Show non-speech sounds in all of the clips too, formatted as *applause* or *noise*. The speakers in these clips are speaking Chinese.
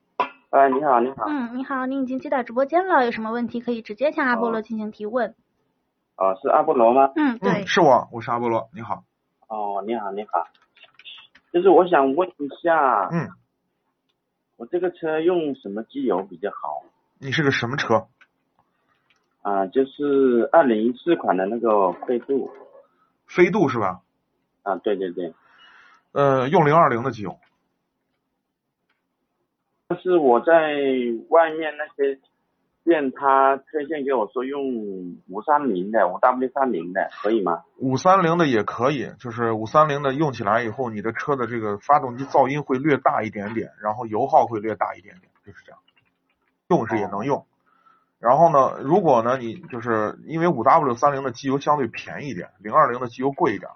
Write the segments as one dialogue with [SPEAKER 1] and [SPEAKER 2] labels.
[SPEAKER 1] 哎，你好，你好，
[SPEAKER 2] 嗯，你好，您已经接到直播间了，有什么问题可以直接向阿波罗进行提问。
[SPEAKER 1] 哦，是阿波罗吗？
[SPEAKER 2] 嗯，对
[SPEAKER 3] 嗯，，是我，我是阿波罗，你好。
[SPEAKER 1] 哦，你好，你好，就是我想问一下，
[SPEAKER 3] 嗯，
[SPEAKER 1] 我这个车用什么机油比较好？
[SPEAKER 3] 你是个什么车？
[SPEAKER 1] 啊、就是二零一四款的那个飞度，
[SPEAKER 3] 飞度是吧？
[SPEAKER 1] 啊，对对对，
[SPEAKER 3] 呃，用零二零的机油。
[SPEAKER 1] 但是我在外面那些店，他推荐给我说用五三零的，五 W 三零的，可以吗？
[SPEAKER 3] 五三零的也可以，就是五三零的用起来以后，你的车的这个发动机噪音会略大一点点，然后油耗会略大一点点，就是这样。用是也能用。然后呢，如果呢，你就是因为五 W 三零的机油相对便宜一点，零二零的机油贵一点，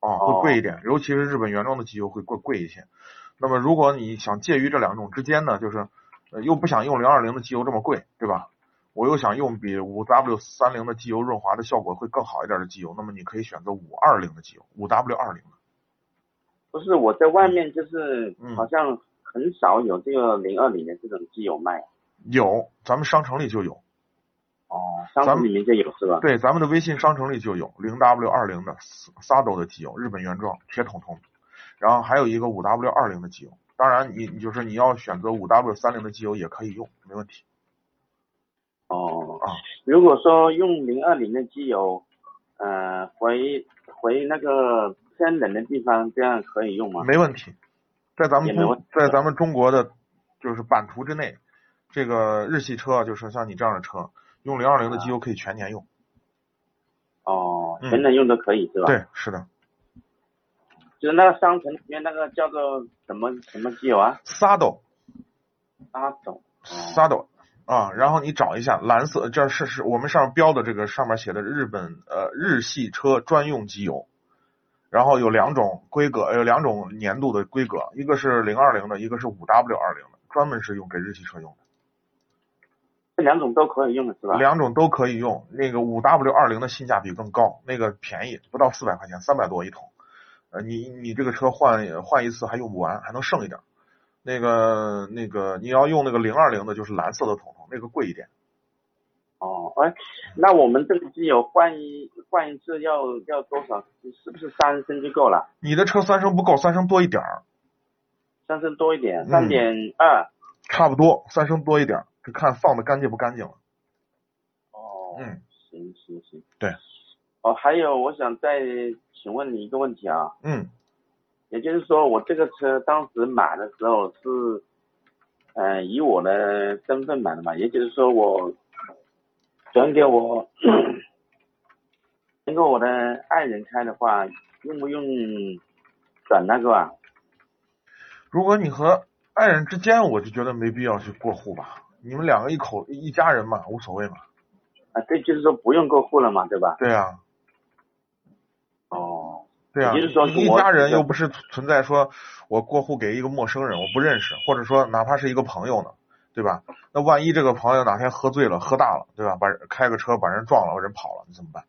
[SPEAKER 3] 哦，会贵一点，尤其是日本原装的机油会贵贵一些。那么如果你想介于这两种之间呢，就是呃又不想用零二零的机油这么贵，对吧？我又想用比五 W 三零的机油润滑的效果会更好一点的机油，那么你可以选择五二零的机油，五 W 二零的。
[SPEAKER 1] 不是，我在外面就是、
[SPEAKER 3] 嗯
[SPEAKER 1] 好像很少有这个零二零的这种机油卖。
[SPEAKER 3] 有，咱们商城里就有，
[SPEAKER 1] 哦，商
[SPEAKER 3] 咱
[SPEAKER 1] 品
[SPEAKER 3] 们
[SPEAKER 1] 里面就有是吧？
[SPEAKER 3] 对，咱们的微信商城里就有零 W 二零的 Sado 的机油，日本原装，铁桶桶的，然后还有一个五 W 二零的机油。当然你，你就是你要选择五 W 三零的机油也可以用，没问题。
[SPEAKER 1] 哦
[SPEAKER 3] 啊，
[SPEAKER 1] 如果说用零二零的机油，呃，回回那个偏冷的地方，这样可以用吗？
[SPEAKER 3] 没问题，在咱
[SPEAKER 1] 也
[SPEAKER 3] 们
[SPEAKER 1] 没问
[SPEAKER 3] 中
[SPEAKER 1] 题，
[SPEAKER 3] 在咱们中国的就是版图之内，这个日系车啊就是像你这样的车，用零二零的机油可以全年用。
[SPEAKER 1] 哦，
[SPEAKER 3] 嗯
[SPEAKER 1] 全冷用都可以、是吧？，
[SPEAKER 3] 对，是的。
[SPEAKER 1] 就是那个商城里面那个叫做什么什么机油啊？
[SPEAKER 3] Sado
[SPEAKER 1] 阿总。哦，
[SPEAKER 3] Sado 啊，然后你找一下蓝色，这是是我们上面标的这个上面写的日本呃日系车专用机油，然后有两种规格，呃有两种年度的规格，一个是零二零的，一个是五 W 二零的，专门是用给日系车用的，
[SPEAKER 1] 这两种都可以用的是吧？
[SPEAKER 3] 两种都可以用。那个五 W 二零的性价比更高，那个便宜不到四百块钱，三百多一桶。呃，你你这个车换换一次还用不完，还能剩一点儿。那个那个你要用那个零二零的，就是蓝色的桶桶，那个贵一点。
[SPEAKER 1] 哦，哎，那我们这个机油换一换一次要要多少？是不是三升就够了？
[SPEAKER 3] 你的车三升不够，三升多一点儿，
[SPEAKER 1] 三升多一点，
[SPEAKER 3] 嗯
[SPEAKER 1] 三点二。
[SPEAKER 3] 差不多，三升多一点儿，就看放的干净不干净了。
[SPEAKER 1] 哦。
[SPEAKER 3] 嗯，
[SPEAKER 1] 行行行，
[SPEAKER 3] 对。
[SPEAKER 1] 哦，还有我想再请问你一个问题啊，
[SPEAKER 3] 嗯，
[SPEAKER 1] 也就是说我这个车当时买的时候是，呃，以我的身份买的嘛，也就是说我转给我 *clears throat* 转给我的爱人开的话，用不用转那个啊？
[SPEAKER 3] 如果你和爱人之间，我就觉得没必要去过户吧。你们两个一口一家人嘛，无所谓嘛。
[SPEAKER 1] 啊，对，就是说不用过户了嘛，对吧？
[SPEAKER 3] 对啊，
[SPEAKER 1] 哦，
[SPEAKER 3] 对啊，
[SPEAKER 1] 也就是说
[SPEAKER 3] 你
[SPEAKER 1] 是
[SPEAKER 3] 一
[SPEAKER 1] 我
[SPEAKER 3] 家人
[SPEAKER 1] 这个
[SPEAKER 3] 又不是存在说我过户给一个陌生人，我不认识，或者说哪怕是一个朋友呢，对吧？那万一这个朋友哪天喝醉了、喝大了，对吧？把人开个车把人撞了，人跑了，你怎么办？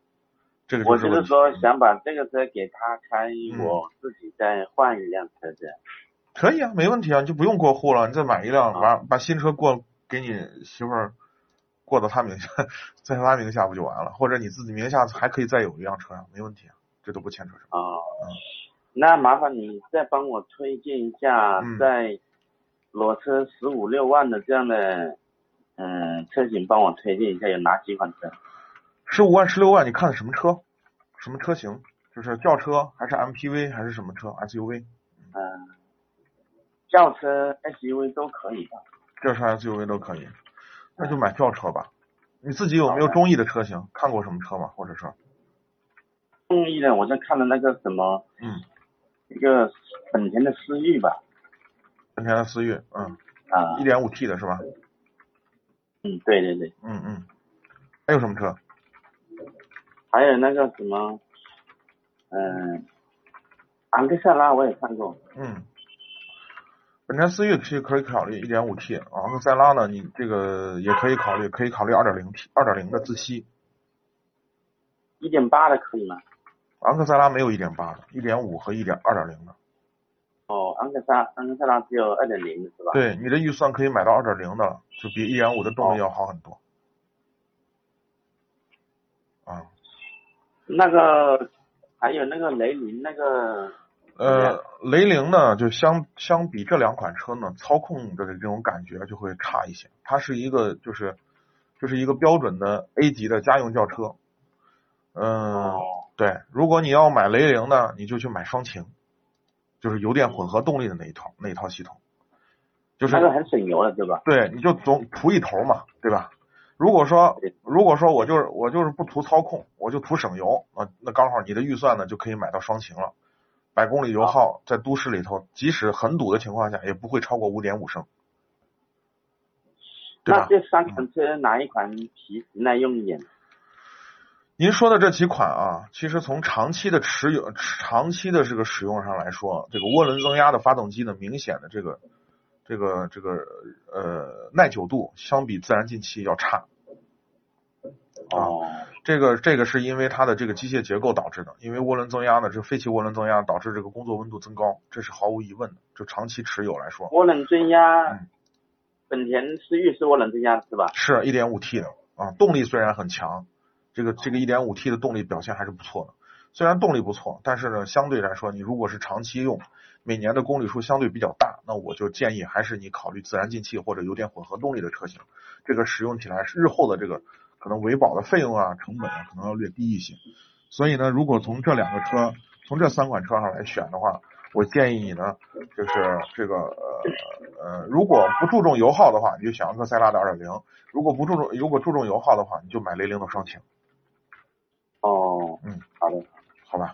[SPEAKER 3] 这个
[SPEAKER 1] 我
[SPEAKER 3] 是
[SPEAKER 1] 就
[SPEAKER 3] 问
[SPEAKER 1] 是
[SPEAKER 3] 题
[SPEAKER 1] 说
[SPEAKER 3] 嗯
[SPEAKER 1] 想把这个车给他开，
[SPEAKER 3] 嗯
[SPEAKER 1] 我自己再换一辆车这样。
[SPEAKER 3] 可以啊，没问题啊，你就不用过户了，你再买一辆，
[SPEAKER 1] 啊
[SPEAKER 3] 把把新车过给你媳妇儿过到她名下， *laughs* 在她名下不就完了？或者你自己名下还可以再有一辆车啊，没问题啊，这都不牵扯什么。
[SPEAKER 1] 哦
[SPEAKER 3] 嗯，
[SPEAKER 1] 那麻烦你再帮我推荐一下
[SPEAKER 3] 嗯
[SPEAKER 1] 在裸车十五六万的这样的，嗯，车型帮我推荐一下有哪几款车？
[SPEAKER 3] 十五万、十六万，你看的什么车？什么车型？就是轿车还是 MPV 还是什么车？SUV？
[SPEAKER 1] 嗯，轿车、SUV 都可以吧？
[SPEAKER 3] 这车 SUV 都可以，那就买轿车吧。你自己有没有中意的车型？看过什么车吗？或者说，
[SPEAKER 1] 中意的我就看了那个什么
[SPEAKER 3] 嗯，
[SPEAKER 1] 一个本田的思域吧，
[SPEAKER 3] 本田的思域，嗯，
[SPEAKER 1] 啊
[SPEAKER 3] 一，点五 T 的是吧？
[SPEAKER 1] 嗯，对对对，
[SPEAKER 3] 嗯嗯，还有什么车？
[SPEAKER 1] 还有那个什么，嗯，昂克赛拉我也看过，
[SPEAKER 3] 嗯，本田思域可以可以考虑一点五 T，昂啊克赛拉呢，你这个也可以考虑，可以考虑二点零 T，二点零的自吸。
[SPEAKER 1] 一点八的可以吗？
[SPEAKER 3] 昂克赛拉没有一点八的，一点五和一点二点零的。
[SPEAKER 1] 哦，昂克赛昂克赛拉只有二点零的是吧？，
[SPEAKER 3] 对，你的预算可以买到二点零的，就比一点五的
[SPEAKER 1] 哦
[SPEAKER 3] 动力要好很多。啊，
[SPEAKER 1] 那个还有那个雷凌那个，
[SPEAKER 3] 呃，雷凌呢，就相相比这两款车呢，操控的这种感觉就会差一些。它是一个就是就是一个标准的 A 级的家用轿车。嗯、
[SPEAKER 1] 哦，
[SPEAKER 3] 对，如果你要买雷凌呢，你就去买双擎，就是油电混合动力的那一套那一套系统，就是
[SPEAKER 1] 那个很省油的对吧？
[SPEAKER 3] 对，你就总图一头嘛，对吧？如果说
[SPEAKER 1] 对
[SPEAKER 3] 如果说我就是我就是不图操控，我就图省油啊，那刚好你的预算呢就可以买到双擎了，百公里油
[SPEAKER 1] 啊
[SPEAKER 3] 耗在都市里头，即使很堵的情况下，也不会超过五点五升，对
[SPEAKER 1] 那
[SPEAKER 3] 吧？
[SPEAKER 1] 这三款车哪一款皮实耐用一点？
[SPEAKER 3] 您说的这几款啊，其实从长期的持有、长期的这个使用上来说，啊这个涡轮增压的发动机呢，明显的这个、这个、这个呃耐久度相比自然进气要差。
[SPEAKER 1] 哦，
[SPEAKER 3] 这个这个是因为它的这个机械结构导致的，因为涡轮增压呢，这个废气涡轮增压导致这个工作温度增高，这是毫无疑问的。就长期持有来说，
[SPEAKER 1] 涡轮增压，
[SPEAKER 3] 嗯
[SPEAKER 1] 本田思域是涡轮增压是吧？
[SPEAKER 3] 是 1.5T 的啊，动力虽然很强，这个这个 1.5T 的动力表现还是不错的。虽然动力不错，但是呢，相对来说，你如果是长期用，每年的公里数相对比较大，那我就建议还是你考虑自然进气或者油电混合动力的车型，这个使用起来日后的这个可能维保的费用啊、成本啊，可能要略低一些。所以呢，如果从这两个车，从这三款车上来选的话，我建议你呢，就是这个呃呃，如果不注重油耗的话，你就选昂克赛拉的2.0；如果不注重如果注重油耗的话，你就买雷凌的双擎，
[SPEAKER 1] 哦，
[SPEAKER 3] 嗯，
[SPEAKER 1] 好的。
[SPEAKER 3] 好吧？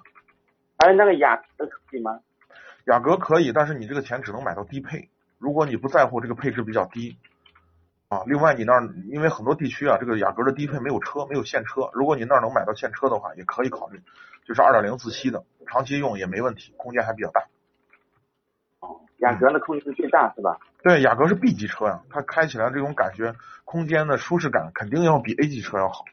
[SPEAKER 1] 还有那个雅阁可以吗？
[SPEAKER 3] 雅阁可以，但是你这个钱只能买到低配。如果你不在乎这个配置比较低，啊，另外你那儿因为很多地区啊，这个雅阁的低配没有车，没有现车。如果你那儿能买到现车的话，也可以考虑，就是二点零自吸的，长期用也没问题，空间还比较大。
[SPEAKER 1] 哦，雅阁的空间最大是吧？
[SPEAKER 3] 对，雅阁是 B 级车呀、它开起来这种感觉，空间的舒适感肯定要比 A 级车要好。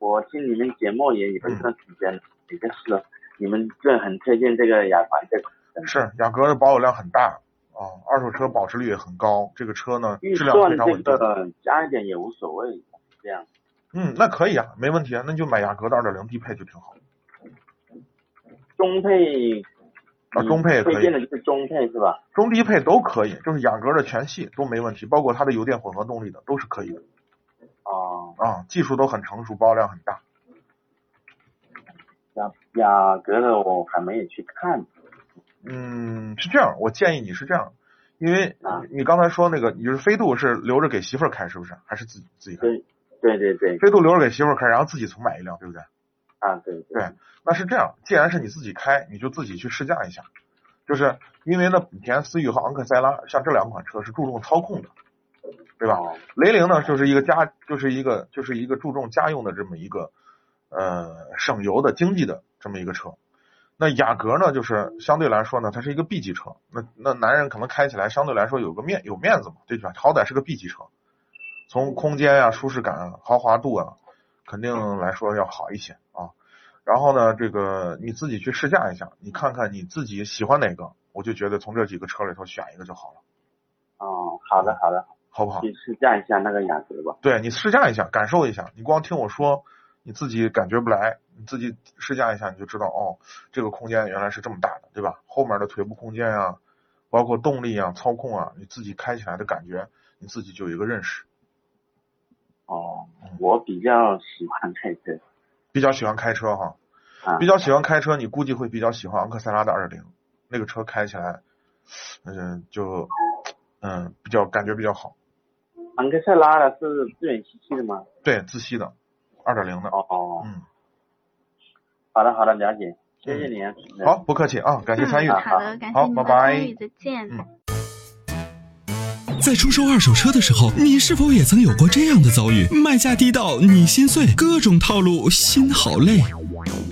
[SPEAKER 1] 我听你们节目也有一段时间了，也就是你们这很推荐这个雅阁这个，
[SPEAKER 3] 是，雅阁的保有量很大啊，二手车保值率也很高，这个车呢
[SPEAKER 1] 预
[SPEAKER 3] 质量
[SPEAKER 1] 算
[SPEAKER 3] 非常稳
[SPEAKER 1] 这
[SPEAKER 3] 定。
[SPEAKER 1] 个加一点也无所谓，这样。
[SPEAKER 3] 嗯，那可以啊，没问题啊，那你就买雅阁的二点零低配就挺好。
[SPEAKER 1] 中配
[SPEAKER 3] 啊中配也可以
[SPEAKER 1] 推荐的就是中配是吧？
[SPEAKER 3] 中低配都可以，就是雅阁的全系都没问题，包括它的油电混合动力的都是可以的
[SPEAKER 1] 哦，
[SPEAKER 3] 啊，技术都很成熟，保有量很大。
[SPEAKER 1] 雅雅阁的我还没有去看。
[SPEAKER 3] 嗯，是这样，我建议你是这样，因为
[SPEAKER 1] 啊
[SPEAKER 3] 你刚才说那个，你就是飞度是留着给媳妇儿开是不是？还是自己自己开？
[SPEAKER 1] 对对对对，
[SPEAKER 3] 飞度留着给媳妇儿开，然后自己重买一辆，对不对？
[SPEAKER 1] 啊对
[SPEAKER 3] 对那是这样，既然是你自己开，你就自己去试驾一下。就是因为呢，本田思域和昂克赛拉像这两款车是注重操控的，对吧？
[SPEAKER 1] 哦
[SPEAKER 3] 雷凌呢，就是一个家，就是一个就是一个注重家用的这么一个呃省油的经济的这么一个车。那雅阁呢，就是相对来说呢，它是一个 B 级车。那那男人可能开起来相对来说有个面有面子嘛，对吧？好歹是个 B 级车，从空间啊、舒适感啊、豪华度啊，肯定来说要好一些啊。然后呢，这个你自己去试驾一下，你看看你自己喜欢哪个，我就觉得从这几个车里头选一个就好了，
[SPEAKER 1] 哦，好的好的，
[SPEAKER 3] 好不好？
[SPEAKER 1] 去试驾一下那个雅阁吧。
[SPEAKER 3] 对你试驾一下，感受一下。你光听我说，你自己感觉不来，你自己试驾一下，你就知道哦，这个空间原来是这么大的，对吧？后面的腿部空间啊，包括动力啊、操控啊，你自己开起来的感觉，你自己就有一个认识。
[SPEAKER 1] 哦，
[SPEAKER 3] 嗯
[SPEAKER 1] 我比较喜欢开车
[SPEAKER 3] 比较喜欢开车哈，
[SPEAKER 1] 啊，
[SPEAKER 3] 比较喜欢开车，你估计会比较喜欢昂克赛拉的二零，那个车开起来，嗯，就嗯比较感觉比较好，
[SPEAKER 1] 昂克赛拉的是自然吸气的吗？
[SPEAKER 3] 对，自吸的，二点零的，
[SPEAKER 1] 哦哦，
[SPEAKER 3] 嗯，
[SPEAKER 1] 好的好的，了解，谢谢你啊，主持人
[SPEAKER 3] 好，不客气啊，感谢参与
[SPEAKER 2] 嗯，，好的，感谢
[SPEAKER 3] 好
[SPEAKER 2] 你
[SPEAKER 3] 拜
[SPEAKER 2] 的
[SPEAKER 3] 拜
[SPEAKER 2] 参与，再见。
[SPEAKER 3] 嗯
[SPEAKER 4] 在出售二手车的时候，你是否也曾有过这样的遭遇？卖价低到你心碎，各种套路，心好累。